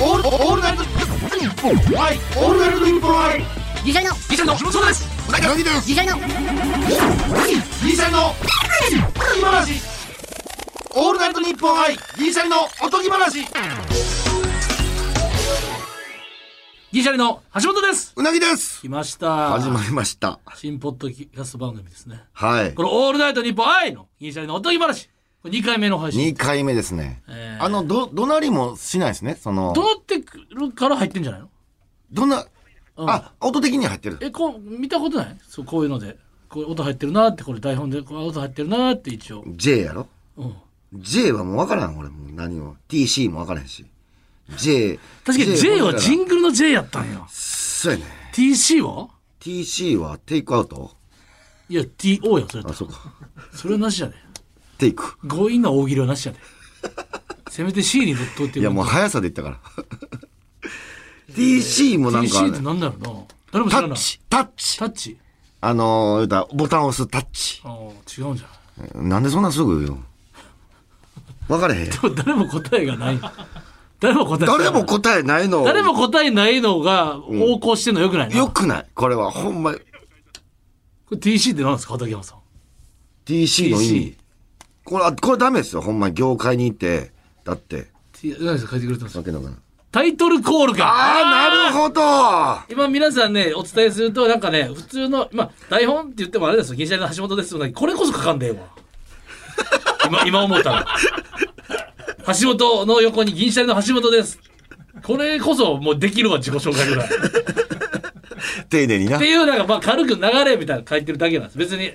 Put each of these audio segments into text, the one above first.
オールオールナイトニッポンはいオールナイトニッポンはいギシャリのギシャリのそうです何ですギシャリのギシャリのおとぎ話オールナイトニッポン愛ギシャリのおとぎ話ギリシャリの橋本ですうなぎです来ました始まりました新ポッドキャスト番組ですねはいこの「オールナイトニッポン愛」のギリシャリのおとぎ話これ2回目の配信2回目ですね、えーあのど怒鳴りもしないですねそのどうなってくるから入ってんじゃないのどんな、うんあ音的には入ってるえこう見たことないそうこういうのでこう音入ってるなってこれ台本でこう音入ってるなって一応、 J やろうん、 J はもう分からん俺もう何を TC も分からへんし J 確かに J はジ人ングルの J やったんやそうやね TC は TC はテイクアウトいや TO やそれあそうかそれはなしやでテイク強引な大喜利はなし やでせめて C にぶっといていやもう速さでいったから TC もなんか、 TC ってなんだろうな誰も知タらないッチタッチタッチあのー、言うたらボタンを押すタッチああ違うんじゃ ないなんでそんなすぐ言うの分かれへん。これ誰も答えがない誰も答え誰も答えないの。誰も答えないのが横行してんのよくないな、よこくない。これはほんま、れ TC って何ですか畠山さん TC の意 TC 味。これ、あこれダメですよ。ほんま、業界にいて。だって、 T 何ですか書いてくれてますわけのかな。タイトルコールかあー、なるどほど今皆さんねお伝えするとなんかね普通のまあ台本って言ってもあれですよ銀シャリの橋本ですよこれこそ書かん でええわ今今思ったら橋本の横に銀シャリの橋本ですこれこそもうできるわ自己紹介ぐらい丁寧になって。いうなんかまあ軽く流れみたいなの書いてるだけなんです別に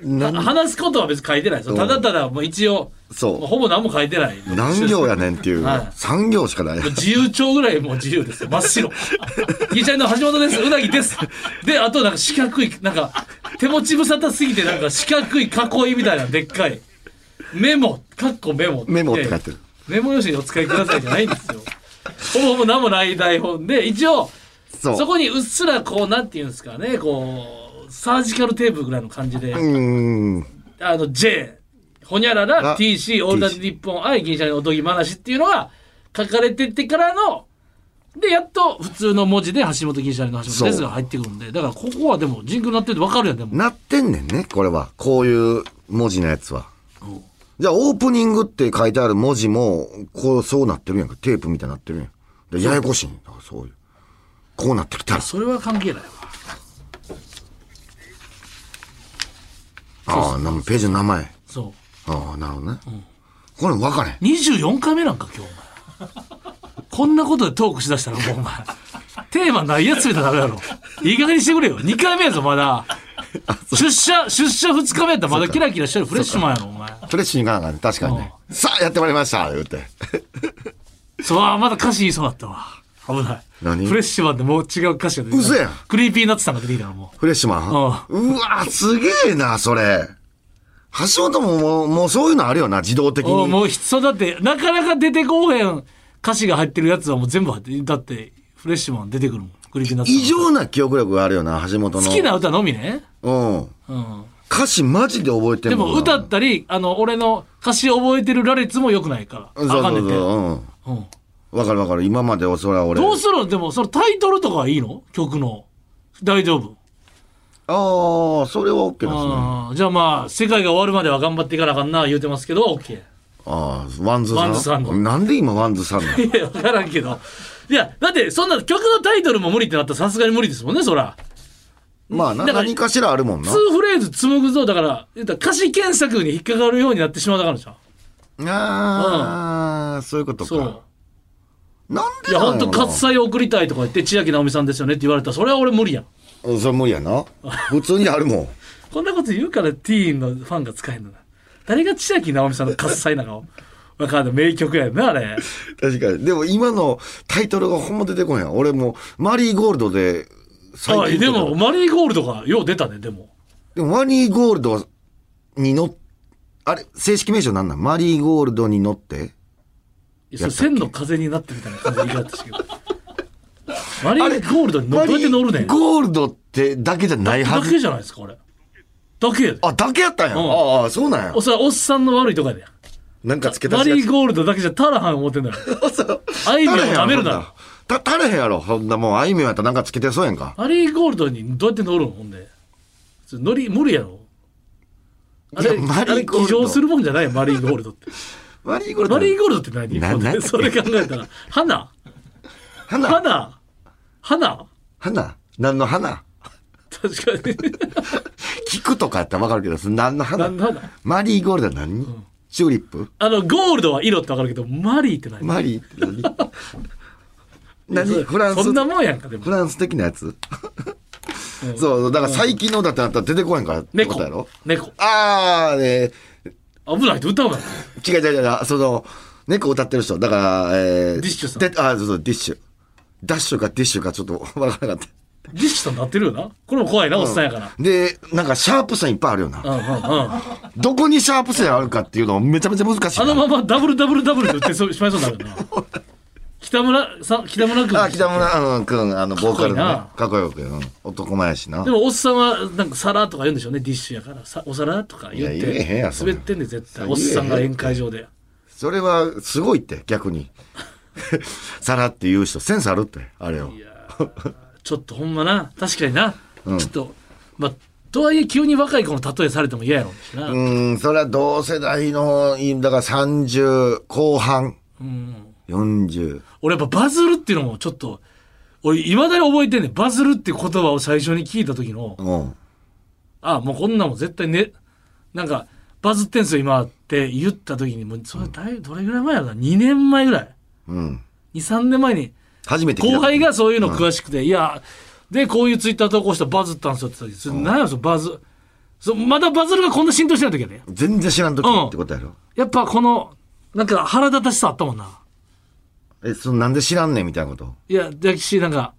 な話すことは別に書いてないですようんただただもう一応そうもほぼ何も書いてない何行やねんっていうはい。三行しかない。自由帳ぐらいもう自由ですよ真 っ白銀シャリの橋本ですうなぎですであとなんか四角いなんか手持ち無沙汰すぎてなんか四角い囲いみたいなでっかいメモかっこメモメモって書いてる。メモ用紙にお使いくださいじゃないんですよほぼほぼ何もない台本で一応そう。そこにうっすらこうなんていうんですかねこうサージカルテープぐらいの感じで、うーん。あの J ほにゃららあ TC オールナイトニッポン愛銀シャリのおとぎ話っていうのが書かれててからのでやっと普通の文字で橋本銀シャリの橋本ですが入ってくるんでだからここはでもジングルなってるって分かるやんでもなってんねんね、これは。こういう文字のやつは。じゃあ、オープニングって書いてある文字も、こう、そうなってるやんか。テープみたいになってるやん。でややこしいんだから、そういう。こうなってきたら。それは関係ないわああ、なページの名前。そああ、なるほどね。これ分かれへん。う24回目なんか今日お前こんなことでトークしだしたらもうお前テーマないやつみたいになるやろいい加減にしてくれよ2回目やぞまだ出社出社2日目やったらまだキラキラしてるフレッシュマンやろお前フレッシュにいかなあかんね。確かにね。さあ、やってまいりました言うて。そう、あまだ歌詞言いそうだったわ。危ない。何フレッシュマンでもう違う歌詞が出てきた。嘘やんクリーピーナッツさんが出てきたのもフレッシュマンうわ、すげえな、それ。橋本ももう、もうそういうのあるよな、自動的う。おうに。もう必要だって、なかなか出てこうへん歌詞が入ってるやつはもう全部入ってるだって、フレッシュマン出てくるもん。クリーピーナッツさん。異常な記憶力があるよな、橋本の。好きな歌のみね。うん。うん。歌詞マジで覚えてでるもんもな歌ったり、あの、俺の歌詞覚えてる羅列も良くないかそら。うあかそんねうんそうて。うん。うんわかるわかる今までおそら俺どうするのでも、そのタイトルとかはいいの曲の。大丈夫。ああそれは OK ですねうん。じゃあまあ、世界が終わるまでは頑張っていかなあかんな、言うてますけど、OK。ああワンズさんワンズさんのなんで今ワンズさん のいや、わからんけど。いや、だって、そんな曲のタイトルも無理ってなったらさすがに無理ですもんね、そら。まあなだから何かしらあるもんな2フレーズ紡ぐぞ、だから、言ったら歌詞検索に引っかかるようになってしまうだからじゃん。ああ、そういうことそかう。なんでいや、ほんと、カ喝采を送りたいとか言って、千秋直美さんですよねって言われたら、それは俺無理やん。それ無理や な普通にあるもんこんなこと言うから、ティーンのファンが使えんのな。誰が千秋直美さんの喝采なんかを。わかんない。名曲やんな、あれ。確かにでも今のタイトルがほんま出てこへん俺もうマリーゴールドで最あ近でも、マリーゴールドがよう出たね、でも。でもマリーゴールドに乗っあれ正式名称なんなんマリーゴールドに乗っていや、それ千の風になってみたいな感じで言い方したけど。マリーゴールドに乗っどうやって乗るねん。マリーゴールドってだけじゃないはだずけじゃないですか、あれ。だけやで。あだけやったんや、うんああそうなんやおそれはおっさんの悪いとかやで。なんかつけたマしがリーゴールドだけじゃ足らはん思ってんだよ。 あいみょんを舐めるな。た、たれへんやろ。そんなもん、あいみょんやったらなんかつけてそうやんか。マリーゴールドにどうやって乗るんほんで。それ乗り、無理やろ。あれ、いやマあリーれ、ゴールド騎乗するもんじゃないよマリーゴールドって。 マリーゴールド。マリーゴールドって何ななんてそれ考えたら。花花花花花何の花確かに。 聞くとかやったらわかるけど、その何の花何の花マリーゴールドは何、チューリップあの、ゴールドは色ってわかるけど、マリーって何マリー って何そ何うフランスそんなもんやんか、でもフ。ランス的なやつそう、だから最近のだってなったら出てこないんからってことや猫ろ。猫。あーね、危ないって歌うな。違う違う違う、その、猫歌ってる人、だから、えー、ディッシュさんであー、そうそう、ディッシュ。ダッシュかディッシュかちょっとわからなかっ。リッシュさんなってるよな。これも怖いな、おったさんやから。で、なんかシャープさんいっぱいあるよな。うんうんうん。どこにシャープ線あるかっていうのめちゃめちゃ難しいな。あのままダブルダブルダブルって打ってそうしまいそうになるな。北村さん、北村君。あ、北村あの君、あの、ボーカルのね。かかっこよく、うん、男前やしなで。もおっさんはなんか皿とか言うんでしょうね、ディッシュやから。さお皿とか言っいや言えへんて。やそん滑なってんで絶対。それおっさんが宴会場で。それはすごいって、逆に。 さらって言う人、センスあるって、あれを。ちょっとほんまな、確かにな。ちょっと、まあ、とはいえ急に若い子の例えされても嫌やろうしな。うーん、それは同世代の、だから30後半、40。俺やっぱバズるっていうのもちょっと、俺いまだに覚えてんねん。バズるって言葉を最初に聞いた時の、うん。あもうこんなんも絶対ねなんかバズってんすよ今って言った時にもうそれだい、どれぐらい前やろな2年前ぐらいうん。 23年前に初めて聞いた後輩がそういうの詳しくて、いやでこういうツイッター投稿したらバズったんすよって言った時それ何やそのバズそまだバズるがこんな浸透してない時やで全然知らん時うんってことやろ。やっぱこのなんか腹立たしさあったもんなえ、そのなんで知らんねんみたいなこと。いやだしなんか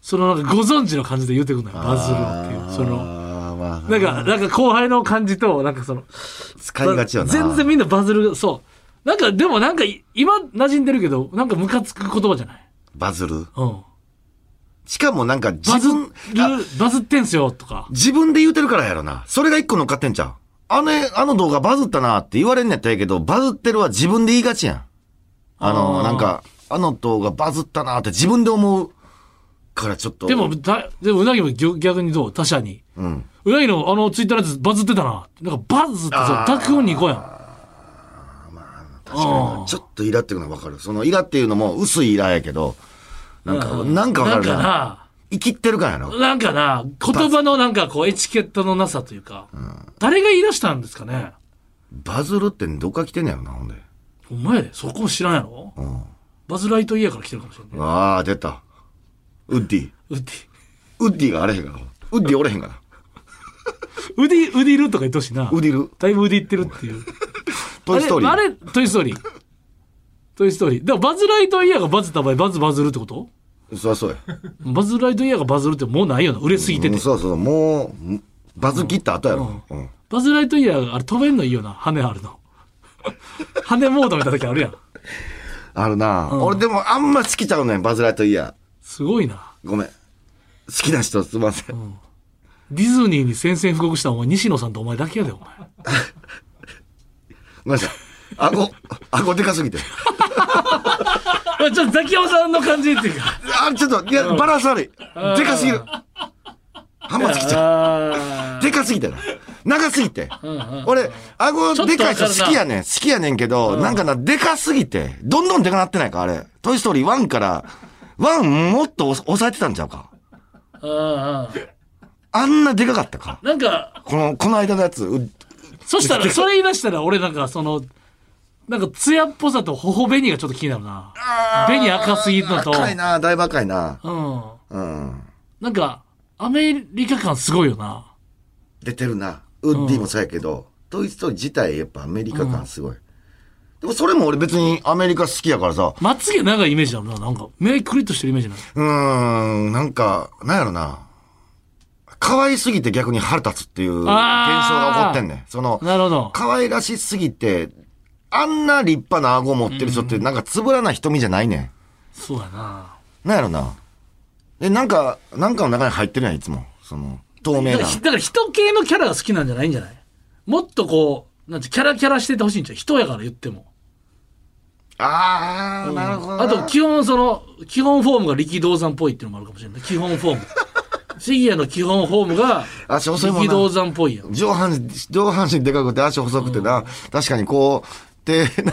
そのなんかご存知の感じで言ってくんのよバズるっていうそのあーまあ、なんかなんか後輩の感じとなんかその使いがちよな。全然みんなバズるそうなんかでもなんかい今馴染んでるけどなんかムカつく言葉じゃない、バズる。うん、しかもなんか自バズる分、あバズってんすよとか自分で言うてるからやろな。それが一個乗っかってんちゃう。あの、あの動画バズったなって言われんのやったらええけど、バズってるは自分で言いがちやん。あの、あーなんか、あの動画バズったなって自分で思うからちょっと。でも、だでもうなぎもぎょ逆にどう他社にうん。うなぎのあのツイッターのやつバズってたななんかバズってさ拓本に行こうやん確かあーに。ちょっとイラっていうのはわかる。そのイラっていうのも薄いイラやけど、なんか、なんかわかるなな。な生きってるからやろ。なんかな言葉のなんかこうエチケットのなさというか、誰が言い出したんですかねバズるってどっから来てんねやろな、ほんで。お前そこ知らんやろうん。バズライトイヤーから来てるかもしれないああ、出た。ウッディ。ウディウッディがあれへんから。ウッディおれへんから。ウディウディルとか言ってほしいなウディル。だいぶ腕いってるっていう。トイストーリー。あれ、あれトイストーリー。トイストーリー。だからバズライトイヤーがバズった場合、バズバズるってことそりゃそうや。バズライトイヤーがバズるってもうないよな。売れすぎてうてん。そうそう、もう、んバズ切った後やろ。うんバズライトイヤーがあれ飛べんのいいよな。羽あるの。羽モードみたいな時あるやん。あるな、俺でもあんま好きちゃうねん、バズライトイヤすごいな。ー。ごめん。好きな人すいません。ディズニーに宣戦布告したのお前、西野さんとお前だけ やで、お前。ごめんなさい。顎、顎でかすぎて。まあちょっとザキヤマさんの感じっていうか。あ、ちょっと、いや、バランス悪い。でかすぎる。浜月ちゃあん。ーでかすぎてな。長すぎて。俺、顎でかい人ちょっとわかるな好きやねん。好きやねんけど、なんかな、でかすぎて。どんどんでかなってないか、あれ。トイストーリー1から、1もっと押抑えてたんちゃうか。あー。あんなでかかったか。なんか、この、この間のやつ、うそし たら、それ言い出したら、俺なんか、その、なんか、艶っぽさと、頬紅がちょっと気になるな。紅赤すぎるのと、赤いな、だいぶ赤いな。うん。うん。なんか、アメリカ感すごいよな。出てるな。ウッディもそうやけど、トイストーリー自体やっぱアメリカ感すごい。でもそれも俺別にアメリカ好きやからさ、まつげ長いイメージだもんな。なんか、目クリッとしてるイメージなうの。ーん、なんか、なんやろな。可愛すぎて逆に腹立つっていう現象が起こってんねん。その、なるほど。可愛らしすぎて、あんな立派な顎持ってる人ってなんかつぶらな瞳じゃないねん。そうやな。なんやろな。え、なんか、なんかの中に入ってるやん、いつも。その、透だ明かな ら、。ひだから人系のキャラが好きなんじゃないんじゃないもっとこう、なんてキャラキャラしててほしいんちゃう人やから言ってもああ、なるほどな。あと基本その基本フォームが力道山っぽいっていうのもあるかもしれない基本 フォームフィギュアの基本フォームが足遅いもんな力道山っぽいやん上半身、上半身でかくて足細くてな、確かにこう、で、な、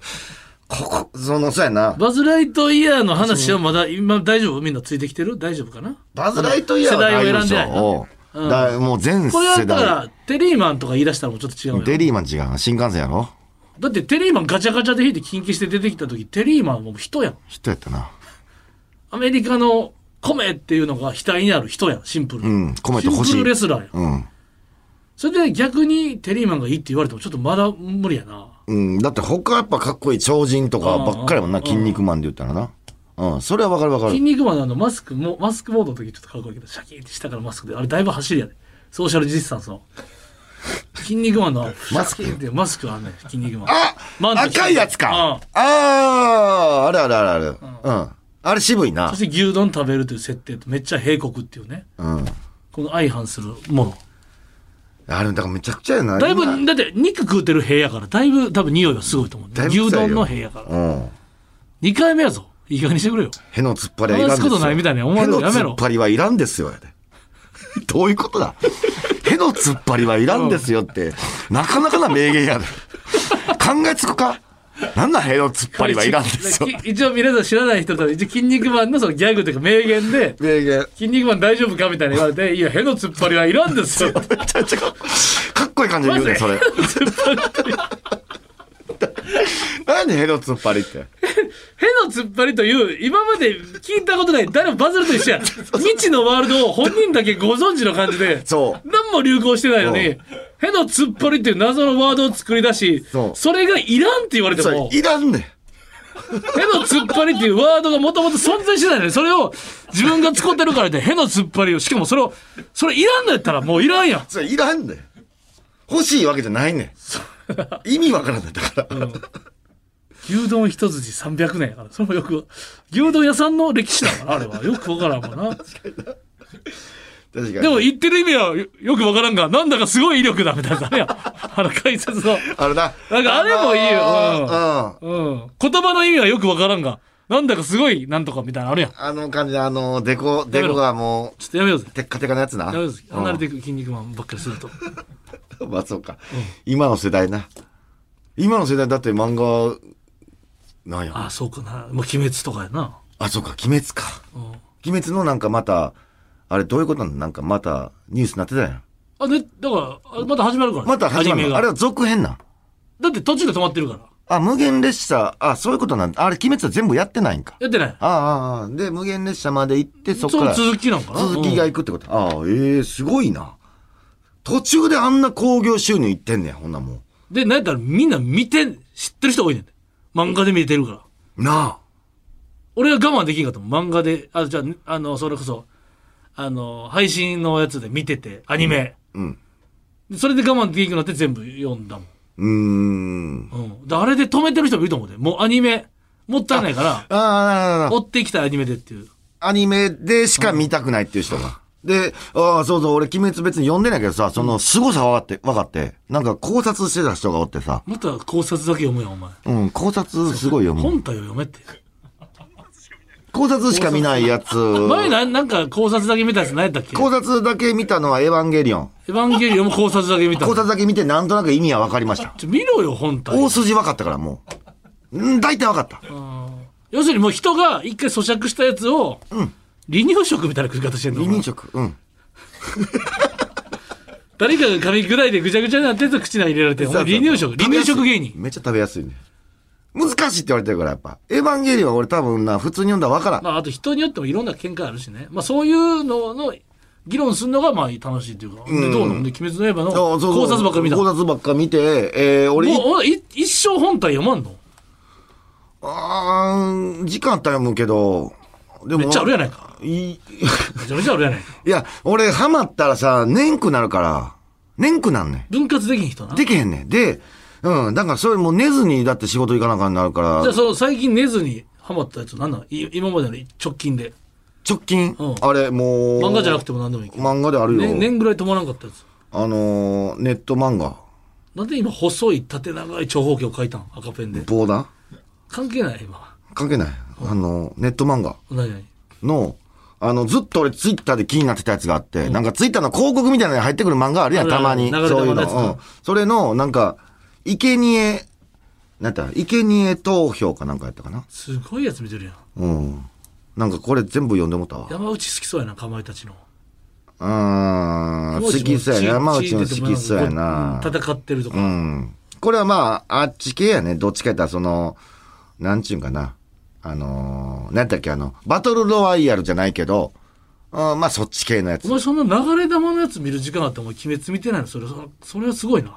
ここ、その、そうやな。バズ・ライトイヤーの話はまだ今大丈夫みんなついてきてる大丈夫かなバズライトイヤー世は代を選んで大な丈夫いなでしょおうだもう全これは世だか代。らテリーマンとか言い出したらもうちょっと違うよデリーマン違うな。新幹線やろだってテリーマンガチャガチャで引いて緊急して出てきた時テリーマンはもう人やん人やったな。アメリカの米っていうのが額にある人やんシンプルに、うん米と星シンプルレスラーやんうん。それで逆にテリーマンがいいって言われてもちょっとまだ無理やなうん。だって他はやっぱかっこいい超人とかばっかりやもんな。うん筋肉マンで言ったらな。うん。それはわかるわか筋る。肉マンのあのマスクもマスクモードの時ちょっとかっこいいけどシャキーってしたからマスクであれだいぶ走りやでソーシャルディスタンスの筋肉マンのマスクシャキーってマスクあんねん筋肉マンあマントして赤いやつうんか。ああー、あるあるあるある。うん。あれ渋いなそし。て牛丼食べるという設定とめっちゃ閉国っていうねうん。この相反するものあれ、だからめちゃくちゃやな。だいぶ今だって肉食うてる部屋からだいぶ多分匂いがすごいと思う、だいぶ臭い牛よ丼の部屋からうん。 2回目やぞいい加減にしてくれよへの突っ張りはいらんですよ。話すことないみたいに思われるへのやめ突ろっ張りはいらんですよ、やで。どういうことだへの突っ張りはいらんですよって、なかなかな名言やで。考えつくかなんなんへの突っ張りはいらんですよ。 き一応皆さん知らない人と一応筋肉マンのそのギャグというか名言で名言。 「筋肉マン大丈夫か?」みたいな言わ れて「いやへの突っ張りはいらんですよ」めちゃめちゃかっこかっこいい感じで言うね、それ。なんでへの突っ張りって。 への突っ張りという今まで聞いたことない誰もバズると一緒や 未知のワールドを本人だけご存知の感じでそう何も流行してないのにそうへの突っ張りっていう謎のワードを作り出しそそうれがいらんって言われてそれも、いらんねん。への突っ張りっていうワードがもともと存在してないのに、それを自分が使ってるからで、への突っ張りを、しかもそれを、それいらんのやったらもういらんやん。それいらんねん。欲しいわけじゃないねん。意味わからない。だから。牛丼一筋300年やから、それもよく、牛丼屋さんの歴史だから、あれは。よくわからんもんな。確かに。でも言ってる意味はよよくわからんが、なんだかすごい威力だみたいなね。あの解説の。あれだ。なんかあれもいいよあのーうん。うん。言葉の意味はよくわからんが、なんだかすごいなんとかみたいなのあるやん。ちょあの感じで、あの、デコ、デコがもっとやめようぜう、。テッカテカのやつな。やめようぜ。うん離れていく筋肉マンばっかりすると。まあそうか。今の世代な。今の世代だって漫画、なんや。ああ、そうかな。もう鬼滅とかやな。あ、そうか、鬼滅か。うん。鬼滅のなんかまた、あれどういうことなのなんかまた、ニュースなってたやん。あ、ね、だから、あまた始まるから。また始まアるニメのがあれは続編なん。だって途中で止まってるから。あ、無限列車、あ、そういうことなんあれ、鬼滅は全部やってないんか。やってない。ああああ、ああ。で、無限列車まで行って、そっそかのら。続きなんかな。続きがう行んくってこと、ああ、ええすごいな。途中であんな興行収入いってんねん、ほんなもで、なんやったらみんな見て、知ってる人多いねん。漫画で見れてるから。う。なあ。俺は我慢できんかったもん。漫画で、あ、じゃあ、あの、それこそ、あの、配信のやつで見てて、アニメ。うん。でそれで我慢できんくなって全部読んだもうーん。ん。うん。で、あれで止めてる人もいると思うで。もうアニメ、もったいないから、あ追っていきたいアニメでっていう。あ、アニメでしか見たくないっていう人が。で、ああ、そうそう、俺、鬼滅別に読んでないけどさ、その、凄さ分かって、分かって、なんか考察してた人がおってさ、また考察だけ読むよ、お前。うん、考察すごいよ、もう。本体を読めって。考察しか見ないやつ。前な、なんか考察だけ見たやつ何やったっけ考察だけ見たのはエヴァンゲリオン。エヴァンゲリオンも考察だけ見た考察だけ見て、なんとなく意味は分かりました。ちょ見ろよ本体大筋分かったから、もう。うん、大体分かった。要するにもう人が一回咀嚼したやつを、離乳食みたいな食い方してんの離乳食。うん。誰かが髪ぐらいでぐちゃぐちゃになってやつを口に入れられてお前離乳食離乳食芸人めっちゃ食べやすいね。難しいって言われてるから、やっぱ。エヴァンゲリオンは俺多分な、普通に読んだら分からん。まああと人によってもいろんな見解あるしねまあそういうのの議論するのがまあ楽しいというか、でどうなので鬼滅の刃のあそうそう考察ばっかり見た考もう察ばっか見て、えー、俺、いお前い一生本体読まんのあー時間あったら読むけど、でも。めっちゃあるやないかいいめちゃめちゃあるやないかいや、俺、ハマったらさ、年くなるから、年くなんね。分割できん人なんできへんねん。で、うん、だからそれもう寝ずに、だって仕事行かなあかんなるからじゃあ、その最近寝ずにハマったやつ何なのい今までの直近で直近、うんあれ、もう。漫画じゃなくて。ても何でもいいけど、漫画であるよ。ね年ぐらい止まらんかったやつあのー、ネット漫画。なんで今細い縦長い長方形を書いたん赤ペンで防弾関係ない今は関係ない。あの、ネット漫画何何の、あの、ずっと俺ツイッターで気になってたやつがあって、なんかツイッターの広告みたいなのに入ってくる漫画あるやん、あるあたるまに。流れてるそういう漫画の。やつなうん。それの、なんか、生贄、なんだ、生贄投票かなんかやったかな。すごいやつ見てるやんうん。なんかこれ全部読んでもたわ。山内好きそうやなかまいたちのあー、好きそうやな。山内の好きそうやな。戦ってるとか、うん。これはまあ、あっち系やね。どっちかやったら、その、なんちゅうんかな。あのー、なんだっけ、あの、バトルロワイヤルじゃないけど、うん、まあ、そっち系のやおつ。前そんな流れ玉のやつ見る時間あったらお前鬼滅見てないのそれそそれはすごいな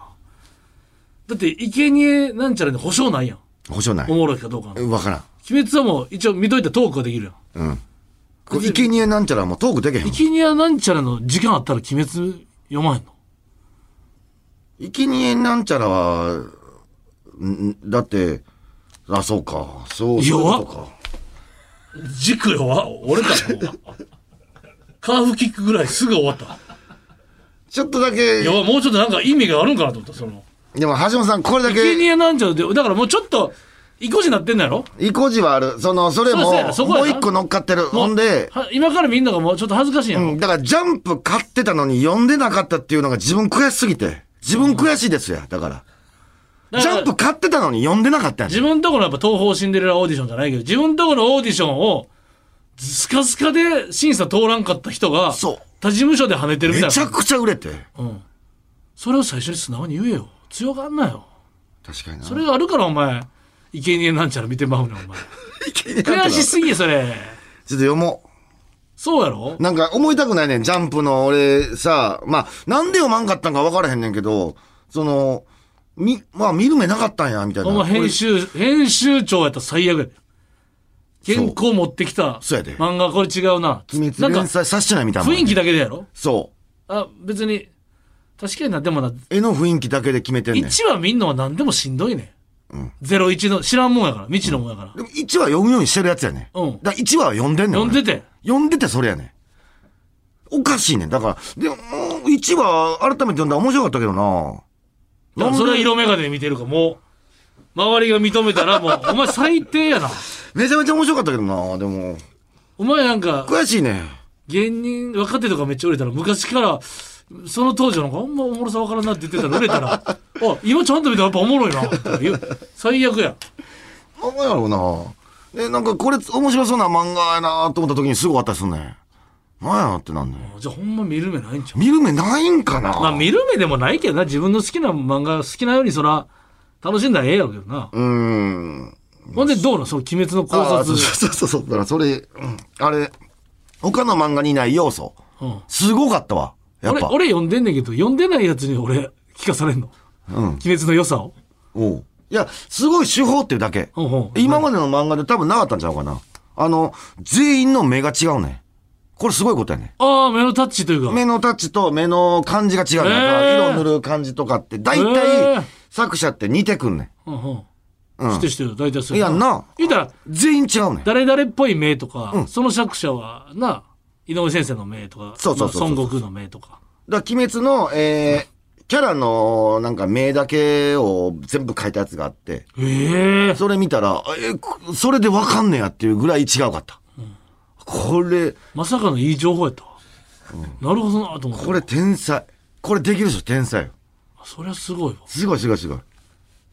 だって生贄なんちゃらに保証ないやん保証ないお。もろいかどうかのわからん。鬼滅はもう一応見といたトークができるやんうん。これ、生贄なんちゃらもうトークできへんもん。生贄なんちゃらの時間あったら鬼滅読まへんの生贄なんちゃらは、んだって、あ、そうか。そう、そういうことか。軸よわ俺かもうカーフキックぐらいすぐ終わったちょっとだけい、やもうちょっとなんか意味があるんかなと思ったそのでも、橋本さん、これだ生け、贄なんちゃらでだからもうちょっと意固地になってんのやろ意固地はある。その、それも、そうそうやそこやもなう一個乗っかってる。ほんで、は今から見んのがもうちょっと恥ずかしいやん、うん、だからジャンプ買ってたのに読んでなかったっていうのが自分悔しすぎて。自分悔しいですよ、だから。だジからャンプ買ってたのに読んでなかったんや自分とこのやっぱ東方シンデレラオーディションじゃないけど、自分とこのオーディションを、スカスカで審査通らんかった人が、そう他事務所で跳ねてるみためいな。ちゃくちゃ売れて。うん。それを最初に素直に言えよ。強がんなよ。確かにな。それがあるからお前、生贄なんちゃら見てまうねん、お前。悔しちょっすぎや、それ。と読もそうやろう。なんか思いたくないねん、ジャンプの俺さ、まあ、なんで読まんかったんか分からへんねんけど、その、み、まあ見る目なかったんや、みたいな。お前編集、編集長やったら最悪やで。原稿持ってきたそうやで漫画これ違うな。俺鬼な滅連んか載さしてないみたいなもん。雰囲気だけでやろそあ、別に、確かにな、でもな、う。絵の雰囲気だけで決めてんねん。 1話見んのは何でもしんどいね、ん。01の知らんもんやから、未知のもんやから。でも1話読むようにしてるやつやねん。うんだから1話は読んでんねん。読んでて。読んでてそれやねん。おかしいねん。だから、でも、1話改めて読んだら面白かったけどな。だからそれは色眼鏡で見てるから、もう、周りが認めたらもう、お前最低やな。めちゃめちゃ面白かったけどな。でも、お前なんか、悔しいね。芸人、若手とかめっちゃ売れたら、昔から、その当時の子、あんまおもろさわからんなって言ってたら売れた ら、あ、今ちゃんと見たらやっぱおもろいな、って言う。最悪や。なんやろうな。え、なんかこれ面白そうな漫画やなと思った時にすぐ終わったりすんねん。なんやってなんだよ。じゃあほんま見る目ないんちゃう見る目ないんかなまあ見る目でもないけどな、自分の好きな漫画、好きなようにそら、楽しんだらええやろうけどな。うーん。ほんでどうなんその鬼滅の考あーそ察う。そうそうそう。だからそれ、うんあれ、他の漫画にない要素。うんすごかったわ。やっ俺、ぱ。俺読んでんねんけど、読んでないやつに俺、聞かされんの。うん。鬼滅の良さを。おういや、すごい手法っていうだけ。ほうほう今までの漫画で多分なかったんちゃうかな。あの、全員の目が違うね。これすごいことやね。ああ、目のタッチというか。目のタッチと目の感じが違うね。だからえー色塗る感じとかって、大えー体、作者って似てくんね。うんうん。うんしてしてる、大体それ。いやんな言うたら、全員違うね。誰々っぽい目とか、その作者は、な、井上先生の目とか、そうそうそうそうまあ孫悟空の目とか。だから鬼滅の、えー、キャラの、なんか目だけを全部書いたやつがあって、ええそれ見たら、えーこそれでわかんねやっていうぐらい違うかった。これ、まさかのいい情報やったわ。なるほどなと思って。これ天才。これできるでしょ、天才。そりゃすごいわ。すごいすごいすごい。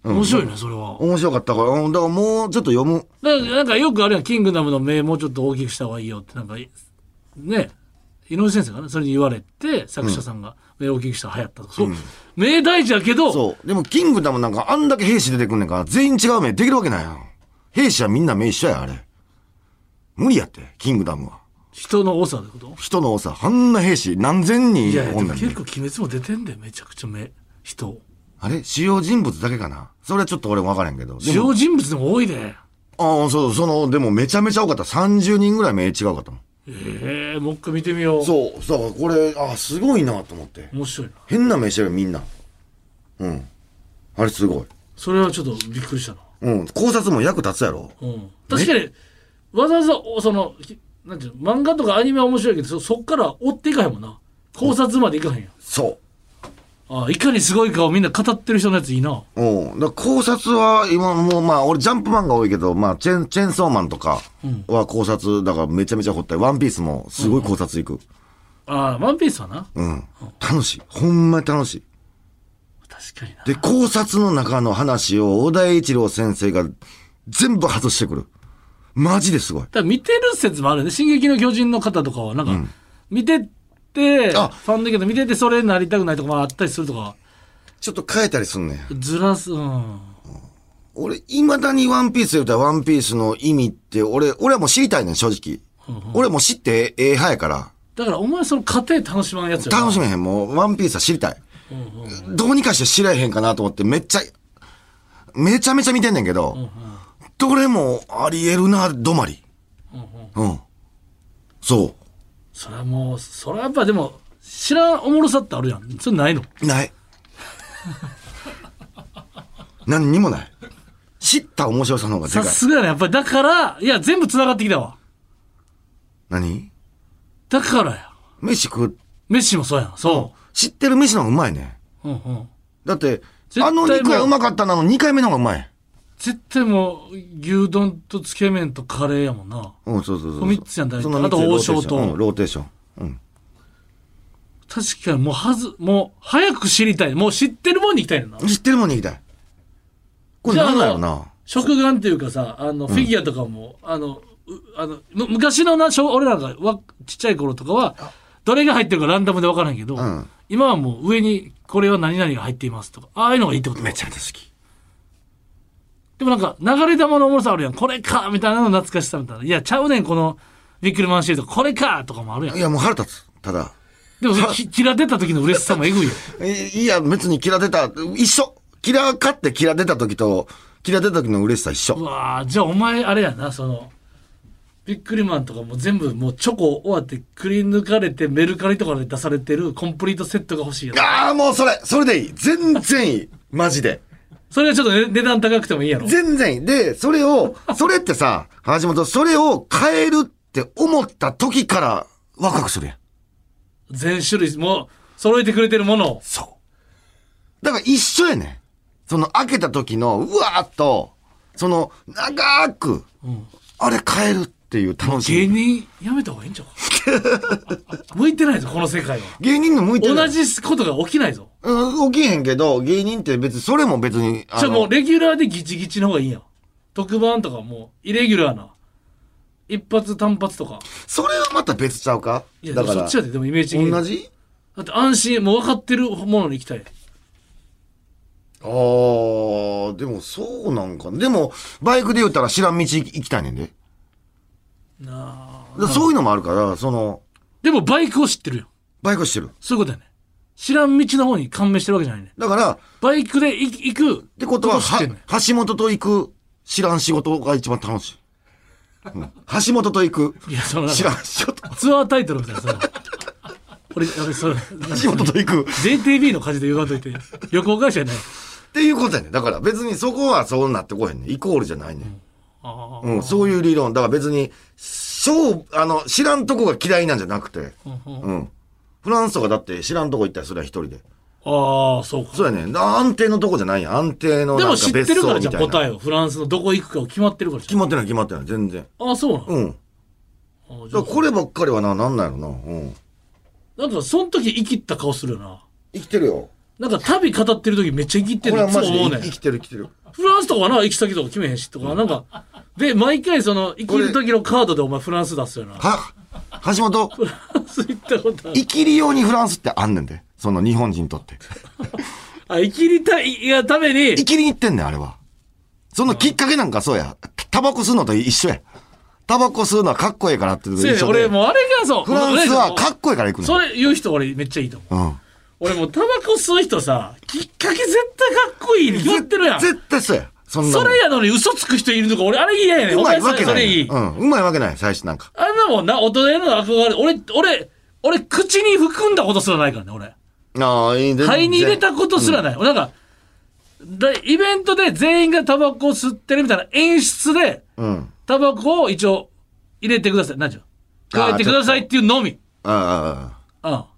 面白いね、それは。面白かったから、うん、だからもうちょっと読む。だからなんかよくあるやん、キングダムの目もうちょっと大きくした方がいいよって、なんか、ね、井上先生かなそれに言われて、作者さんが目大きくしたら流行ったとか。そう。目大事やけど、そう。でも、キングダムなんかあんだけ兵士出てくんねんから、全員違う目できるわけないやん。兵士はみんな目一緒や、あれ。無理やって、キングダムは。人の多さってこと人の多さ、あんな兵士何千人いやいや、でおんもねん結で構鬼滅も出てんだよ、めちゃくちゃ目、人。あれ主要人物だけかなそれはちょっと俺も分からへんけど。で主も要人物でも多いで。ああ、そう、その、でもめちゃめちゃ多かった。30人ぐらい目違うかったもん。ええもう一回見てみよう。そう、だからこれ、あすごいなと思って。面白いな。変な目してるみんな。うん。あれすごい。それはちょっとびっくりしたな。うん。考察も役立つやろ。うん。確かに、わざわざ、おその、きなんていうの、漫画とかアニメは面白いけど、そそっから追っていかへんもんな。考察までいかへんやん。そう。あいかにすごいかをみんな語ってる人のやついいな。うん。だから考察は今もうまあ俺ジャンプマンが多いけど、まあチェン、チェンソーマンとかは考察、だからめちゃめちゃ掘ったり、ワンピースもすごい考察いく。あワンピースはな。うん。楽しい。ほんまに楽しい。確かにな。で、考察の中の話を小田栄一郎先生が全部外してくる。マジですごい。ただ見てる説もあるね。進撃の巨人の方とかは、なんか、見てって、フあァンだけど見ててそれになりたくないとかもあったりするとか、ちょっと変えたりすんねん。ずらす、うん。俺、未だにワンピースで言うたらワンピースの意味って、俺、俺はもう知りたいねん、正直。俺もう知ってええ派やから。だからお前その過程楽しまんやつよな。楽しめへん。もう、ワンピースは知りたい。どうにかして知らへんかなと思って、めっちゃ、めちゃめちゃ見てんねんけど、どれもあり得るな、止まり。うん。そそれはもう、それはやっぱでも、知らんおもろさってあるやん。それないの。う。 ない。何にもない。知った面白さの方がでさかい。すがやな、やっぱり。だから、いや、全部繋がってきたわ。何だからや。飯食う、飯もそうやん。そ知ってる飯の方がうまいね。う。うんうん。だって、絶対あの肉もはううまかったなの2回目の方がうまい。絶対もう、牛丼とつけ麺とカレーやもんな。うん、そうそうそうそう。この三つやん大体その三つあと王将とうんローテーション。うん。確かにもうはず、もう、早く知りたい。もう知ってるもんに行きたいねんな。知ってるもんに行きたい。これじゃあなんだろうあなの。食玩っていうかさ、あの、フィギュアとかも、あの、うあの、む昔のな、小俺らがわちっちゃい頃とかは、どれが入ってるかランダムで分からんけど、ん今はもう上にこれは何々が入っていますとか、ああいうのがいいってことめちゃめちゃ好き。でもなんか、流れ玉のおもろさあるやん。これかみたいなの懐かしさみたいな。いや、ちゃうねん、この、ビックリマンシールとかこれかとかもあるやんい。や、もう腹立つ。ただ。でも、き嫌ってた時の嬉しさもえぐいよ。えいや、別にキラ出た、一緒。キラ勝ってキラ出た時と、キラ出た時の嬉しさ一う緒。わーじゃあお前あれやなそのビックリマンとかも全部もうチョコ終わってくり抜かれてメルカリとかで出されてるコンプリートセットが欲しいやああ、もうそれ、それでいい。全然いい。マジで。つそれはちょっとね値段高くてもいいやろ全然いい。で、それを、それってさ、橋本、それを変えるって思った時から若くするやん。全種類もう揃えてくれてるものをそう。だから一緒やねん。その開けた時の、うわーっと、その、長く、あれ変えるっていう楽しみ。芸人やめた方がいいんちゃうか 向いてないぞこの世界は芸人の向いてる。同。じことが起きないぞうん、起きへんけど、芸人って別に、それも別に、あじゃあもうの、レギュラーでギチギチの方がいいやん特番とかもうイレギュラーな一発単発とかそれはまた別ちゃうかいやだかそらっち、はででもイメージ的に同じだって安心、もう分かってるものに行きたい。あー、でもそうなんかな。でも、バイクで言ったら知らん道行きたいねんで。だなあからそういうのもあるから、その、でもバイクを知ってるよ。バイクしてる。そういうことやね。知らん道の方に感銘してるわけじゃないね。だから、っバイクで行行く。ってことは、知っはてんね。橋本と行く、知らん仕事が一番楽しい。うん橋本と行 く、いや、そのなん知らか、ん仕事、ツアータイトルみたいなさ。俺、俺、それ、橋本と行く。 JTB の感じで言わんといて、旅行会社やない。っていうことやねんだから別にそこはそうなってこへんねんイコールじゃないねん。ああ、うん、そういう理論。だから別に、勝あの、知らんとこが嫌いなんじゃなくて、うん。フランスとかだって知らんとこ行ったりするやん一人で。ああ、そうか。そうやねん。だ安定のとこじゃないやん。安定のでなんかも知って別るか荘らみじたゃいんな。答えを。フランスのどこ行くかを決まってるからじ決まってない決まってない。全然。ゃん。ああ、そうなの、うん。だああじからゃこればっかりはな、なんなんやろな。うん。あなんか、その時生きった顔するよな。生きてるよ。なんか、旅語ってる時めっちゃ生きってこるれのはいマつもジで思うね生んき生きてる生きてる。フランスとかはな、行き先とか決めへんしとか、なんか、で、毎回その、生きる時のカードでお前フランス出す よな。フは、橋本、ランス行ったことある。生きるようにフランスってあんねんで。その日本人にとって。あ、生きりたいがため生に、きりに行ってんねん、あれは。そのきっかけなんかそうや。タタバコ吸うのと一緒や。タバコ吸うのはかっこええからっていうのそとう一や緒ね俺で。もうあれがそう。フランスはもうかっこええから行くねそん。れ言う人俺めっちゃいいと思う。うん。俺もうタバコ吸う人さ、きっかけ絶対かっこいいに決まってるやん。絶対そうや。そんなもんそれやのに嘘つく人いるとか、俺あれ嫌やねん。うまいお前わけそなれいいねん。い。うん。うまいわけない、最初なんか。あんなもんな、大人への憧れ。俺、俺、俺、口に含んだことすらないからね、俺。ああ、いいね。肺に入れたことすらない。なんか、だイベントで全員がタバコを吸ってるみたいな演出で、うん。タバコを一応入れてください。何じゃあー加えてくださいっていうのみ。ああああ、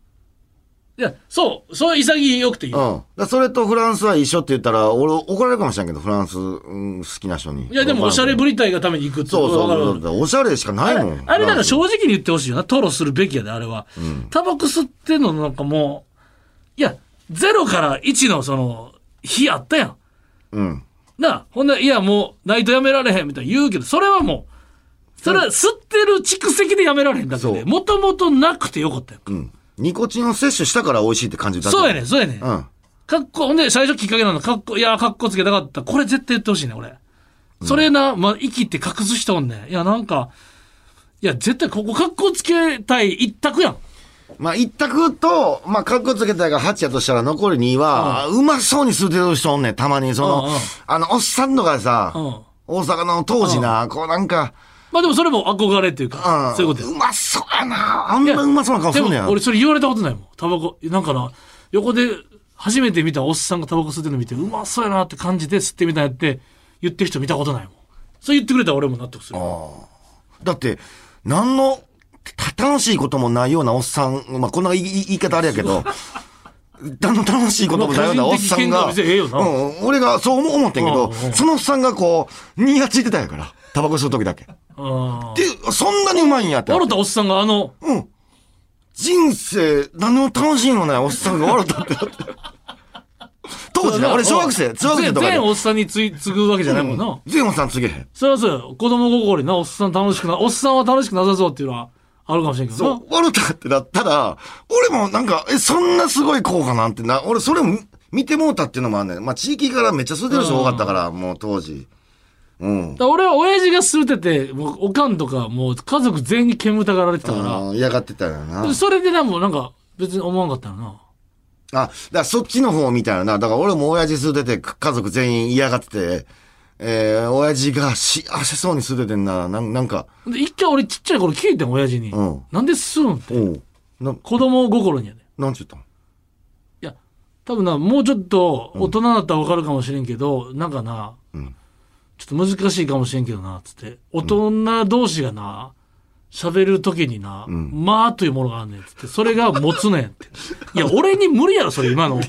うん。いや、そう、そう潔くていい。うん。だからそれとフランスは一緒って言ったら、俺怒られるかもしれんけど、フランス、うん、好きな人に。いや、でも、おしゃれぶり隊がために行くってそうそうわかるそうそう。おしゃれしかないもん。あれなんかフ正直に言ってほしいよな。吐露するべきやで、あれは。タバコ吸ってんのなんかもう、いや、0から1のその、日あったやん。ランスなあ、ほんで、いや、もう、ないとやめられへんみたいな言うけど、それはもう、それは吸ってる蓄積でやめられへんだけそうで、もともとなくてよかったやんかうん。うん。ニコチンを摂取したから美味しいって感じだけそうやねん、そうやねん。うん。かっこ、ほんで、最初きっかけなの、かっこ、いや、かっこつけたかった。これ絶対言ってほしいね、俺。それな、まあ、生きて隠す人おんねん。いや、なんか、いや、絶対ここかっこつけたい一択やん。まあ、一択と、まあ、カッコつけたが8やとしたら残り2は、うまそうに吸ってる人おんねん、たまに。その、うんうんあの、おっさんとかさ、うん大阪の当時な、こうなんか、まあでもそれも憧れっていうか、そういうことや。まそうやな。あんなうまそうな顔すでんねや。も俺それ言われたことないもん。タバコ、なんかな、横で初めて見たおっさんがタバコ吸ってるの見て、うまそうやなって感じで吸ってみたんやって言ってる人見たことないもん。そう言ってくれたら俺も納得する。だって、何の、た楽しいこともないようなおっさん、まあ、こんな言い言い方あれやけ ど、何の楽しいこともないようなおっさんまあが、個人的見解は別にええよなうん、俺がそう思思ってんけど、うんうんそのおっさんがこう、ニヤついてたんやから、タバコ吸う時だけ。ああ。で、そんなにうまいんやって。笑ったおっさんがあの、うん。人生、何も楽しいのないおっさんが笑ったってなって。 当時な、俺小学生、小学生とかで全。おっさんについ継ぐわけじゃないもんな。全おっさん告げへん。それはそうよ子供心にな、おっさん楽しくな、おっさんは楽しくなさそうっていうのはあるかもしれんけどな。笑ったってなったら、俺もなんか、え、そんなすごい効果なんてな、俺それも見てもうたっていうのもあんねん。まあ地域からめっちゃ吸ってる人多かったから、もう当時。うんだ。から俺は親父が吸うてて、もうおかんとかもう家族全員に煙たがられてたから、うん嫌がってたよな。でそれでなんもなんか別に思わんかったよな。あ、だからそっちの方みたいな。だから俺も親父吸ってて、か家族全員嫌がってて、えー、親父が幸せそうに吸っててんな。なんなんか、で、一回俺ちっちゃい頃聞いてん、親父に。うんなんで吸うんって。おうな、子供心にやで。いなんちゅったんや、多分な、もうちょっと大人だったらわかるかもしれんけど、なんかな、んちょっと難しいかもしれんけどな、つって。大人同士がな、喋るときにな、まあというものがあんねん、つって。それが持つねんって。いや、俺に無理やろ、それ、今の。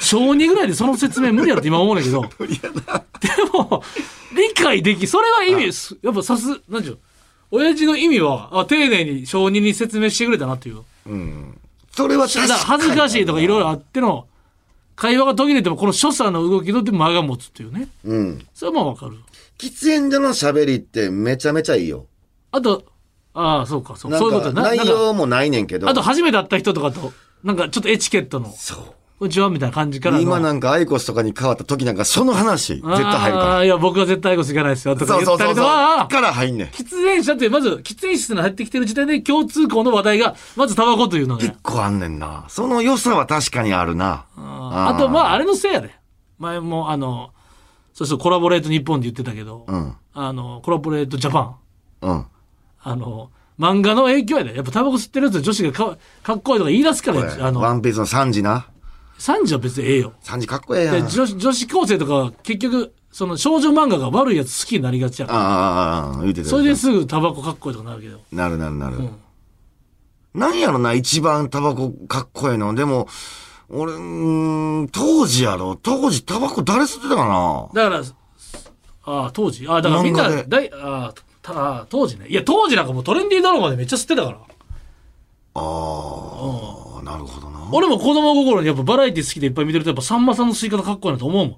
小2ぐらいでその説明無理やろって今思うねんけど。でも、理解でき、それは意味す、やっぱさす、なんちゅう、親父の意味は、あ丁寧に小2に説明してくれたなっていう。それはた確だ、かに恥ずかしいとかいろいろあっての、間会話が途切れても、この所作の動きのって間が持つっていうね。うん。それはまあわかる。喫煙所の喋りってめちゃめちゃいいよ。あと、ああ、そうか、そうなんそういうことかやな。なんか内容もないねんけど。あと、初めて会った人とかと、なんかちょっとエチケットの、そう。こんにちはみたいな感じからの。今なんかアイコスとかに変わった時なんかその話、絶対入るあかあいや、僕は絶対アイコス行かないですよ。ら。とかそう言そっうたそりう。とそうか、ああから入んねん。喫煙者って、まず、喫煙室の入ってきてる時点で共通項の話題が、まずタバコというのが一ね。個あんねんな。その良さは確かにあるな。ああと、まあ、あれのせいやで。前も、あの、そうそう、コラボレート日本で言ってたけど、うん。あの、コラボレートジャパン。うん。あの、漫画の影響やで。やっぱタバコ吸ってるやつは女子がかかっこいいとか言い出すから、あワの、ンピースの3時な。 3時は別にええよ。 3時かっこええやん。であ女子女子高生とかは結局、その少女漫画が悪いやつ好きになりがちやから。あああ、言うてた。それですぐタバコかっこいいとかなるけど。なるなるなる。なんやろな、一番タバコかっこええの。でも、俺、うーん、当時やろ。当時タバコ誰吸ってたかなだから、ああ、当時。ああ、だからみん漫な画で、だいああたああ、当時ね。いや、当時なんかもうトレンディードラマでめっちゃ吸ってたから。ああ、なるほどな。俺も子供心にやっぱバラエティ好きでいっぱい見てると、やっぱさんまさんの吸い方かっこいいなと思うもん。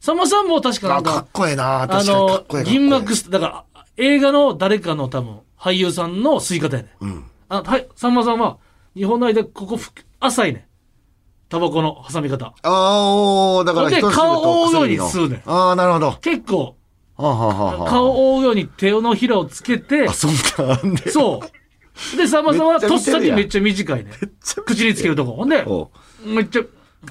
さんまさんも確かなあんか、かっこええな。あ確かにかっのこええ、銀幕かっこええ吸って、だから、映画の誰かの多分、俳優さんの吸い方やね、ん。あはい、さんまさんは、日本の間、ここ、ふ浅いねん。タバコの挟み方。あーおーだからで人顔を覆うように吸うねんああ、なるほど。は結構、あ、はあはあはあ、顔を覆うように手のひらをつけてあ、、そんなんあんねんそう。で、さんまさんめは、っちゃとっ見てさるきやんめっちゃ短いねん。口につけるとこ。ほんで、おうめっちゃ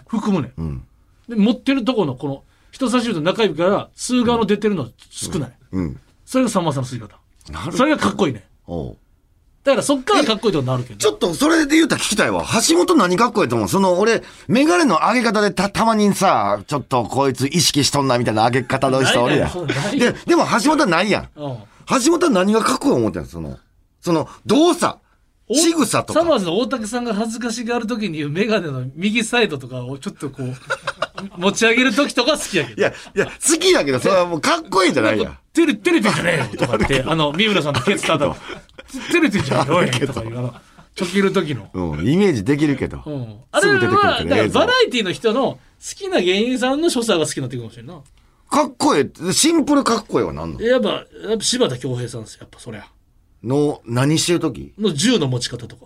含むねん。んで、持ってるとこの、この、人差し指と中指から、数側の出てるの少ない。うん。それがさんまさんの吸い方。なるそれがかっこいいねん。おうだからそっからかっこいいとこになるけど。ちょっと、それで言うたら聞きたいわ。橋本何かっこいいと思うその、俺、メガネの上げ方でた、たまにさ、ちょっとこいつ意識しとんなみたいな上げ方の人おるやないん。ないないで、でも橋本はないやん。うん橋本は何がかっこいい思ってんのその、その、動作。お仕草とかサマーズの大竹さんが恥ずかしがるときに言うメガネの右サイドとかをちょっと こう、持ち上げるときとか好きやけど。いや、いや、好きだけど、それはもうかっこいいんじゃないやん。テレ、テレてんじゃねえよと かって、あの、三村さんのケツ叩く。テレてんじゃねえよとかいう、あの、ちょけるときの。うん、イメージできるけど。うん。あすれぐ出てくるっは、てだかねら映像バラエティの人の好きな芸人さんの所作が好きになってくるかもしれんな。かっこええ、シンプルかっこええは何なのやっぱ、やっぱ柴田恭平さんですよ、やっぱそりゃ。の、何してる時の銃の持ち方とか。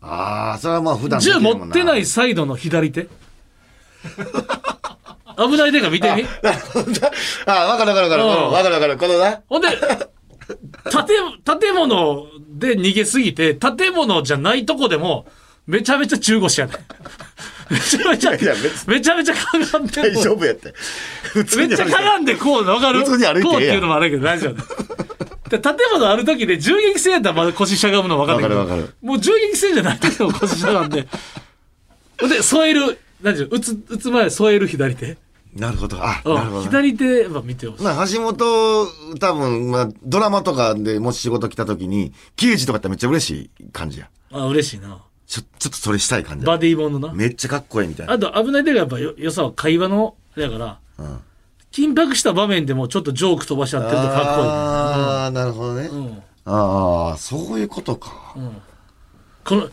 ああ、それはまあ普段でき銃るもん持って ないサイドの左手。 危ない手が見てみ。なるほどああ、わかるわかるわかる。うんうんわかるわかる。このな。ほんで、建、建物で逃げすぎて、建物じゃないとこでも、めちゃめちゃ中腰やねん。めちゃめちゃ、いや別めちゃめちゃかがんで大る丈夫やって。普通 めっに歩いちてゃかがんでこうの分かる普通に歩いてええやんこうっていうのもあるけど大丈夫。で建物ある時で銃撃戦やったらまだ腰しゃがむの分かんないけど。分かる分かもう銃撃戦じゃない時でも腰しゃがんで。ほんで、添える、何でしょう、打つ、打つ前添える左手。なるほど。あ、うんなるほどね。左手は見てほしい。まあ、橋本、多分、まあ、ドラマとかでもし仕事来た時に、刑事とかやってめっちゃ嬉しい感じや。あ、嬉しいな。ちょ、ちょっとそれしたい感じや。バディーボンのな。めっちゃかっこええみたいな。あと、危ない手がやっぱよ良さは会話の、だから、うん。緊迫した場面でもちょっとジョーク飛ばし合ってるとかっああ、なるほどね。こいいね。ああ、そういうことか。うん。うん。この、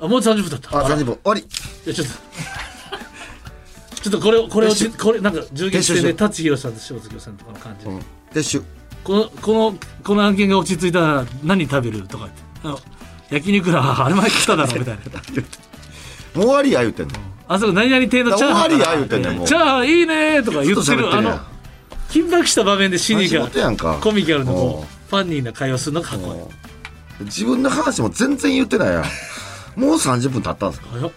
あ、もう30分経った。あ、あら30分。終わり。いやちょっと ちょっとこれをこれを撤収これなんか銃撃撤収し戦でよう舘ひろしさんと塩月さんとかの感じで、うん。撤収。このこのこの案件が落ち着いたら何食べるとか言ってあの焼肉なあれ前来ただろみ たいなもう終わりや言うてんの。あそこ何々亭のチャーハン終わりや言うてんねんもうチャーハンいいねとか言ずってっと喋るってあるのやん緊迫した場面でシニ橋カ本やんか。コミカルのうこんうファンニーな会話するのがかっこいい自分の話も全然言ってないやん。もう30分経ったんですかあよ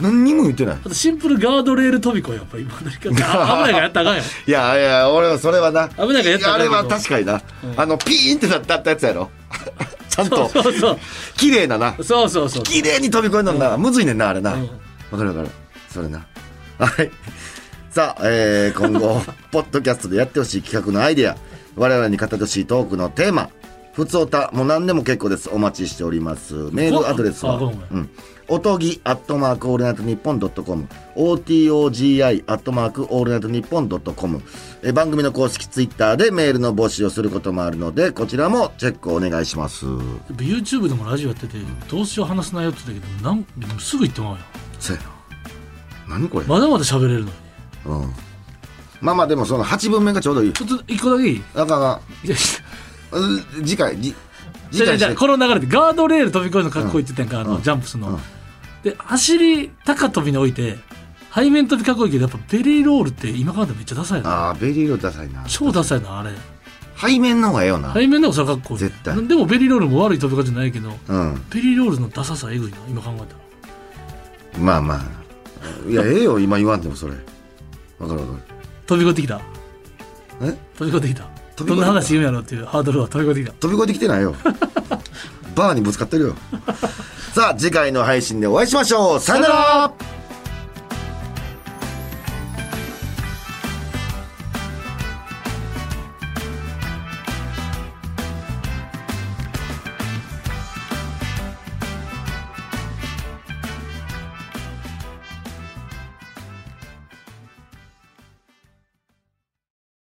何にも言ってない。あとシンプルガードレール飛び越えやっぱ今の 言い方あ危ないからやったらあかんよいやいや、俺はそれはな。危ないからやったらああかんれけどは確かにな。あの、ピーンってなったやつ やろ。ちゃんと、そうそう綺麗なな。そうそうそう綺麗に飛び越えるのな。むずいねんな、あれな。わうんかるわかる。それな。はい。さあ、えー今後、 ポッドキャストでやってほしい企画のアイデア、我々に語ってほしいトークのテーマ、ふつおた、もう何でも結構です。お待ちしております。メールアドレスは、あごめんごめんうん。おとぎ、アットマーク、オールナイトニッポンドットコム、OTOGI、アットマーク、オールナイトニッポンドットコム、えー番組の公式ツイッターでメールの募集をすることもあるので、こちらもチェックお願いします。やっぱ YouTube でもラジオやっててどうしよう話す内容って言ったけどなんでもすぐ言ってまうよそうやな。何これまだまだ喋れるのにうん。まあまあでもその8分目がちょうどいい。ちょっと一個だけいいいだかやら、う次回、じじ次ゃ回じしゃて。この流れでガードレール飛び越えるのかっこいいって言ったやんか、あうのんジャンプするの、うんで走り高跳びにおいて背面跳びかっこいいけどやっぱベリーロールって今からでもめっちゃダサいなああ、ベリーローダサいな。超ダサいなあれ背面の方がええよな。背面の方がそれはかっこいい絶対でもベリーロールも悪い飛び方じゃないけどうん。ベリーロールのダサさえぐいな今考えたらまあまあ。いや、ええよ、今言わんでもそれ。わかるわか飛び越えてきたる。え飛び越えてきた飛び越えてきたどんな話言うんやろっていうハードルは飛び越えてきた飛び越えてきてない よ。バーにぶつかってるよ。さあ、次回の配信でお会いしましょう。さよなら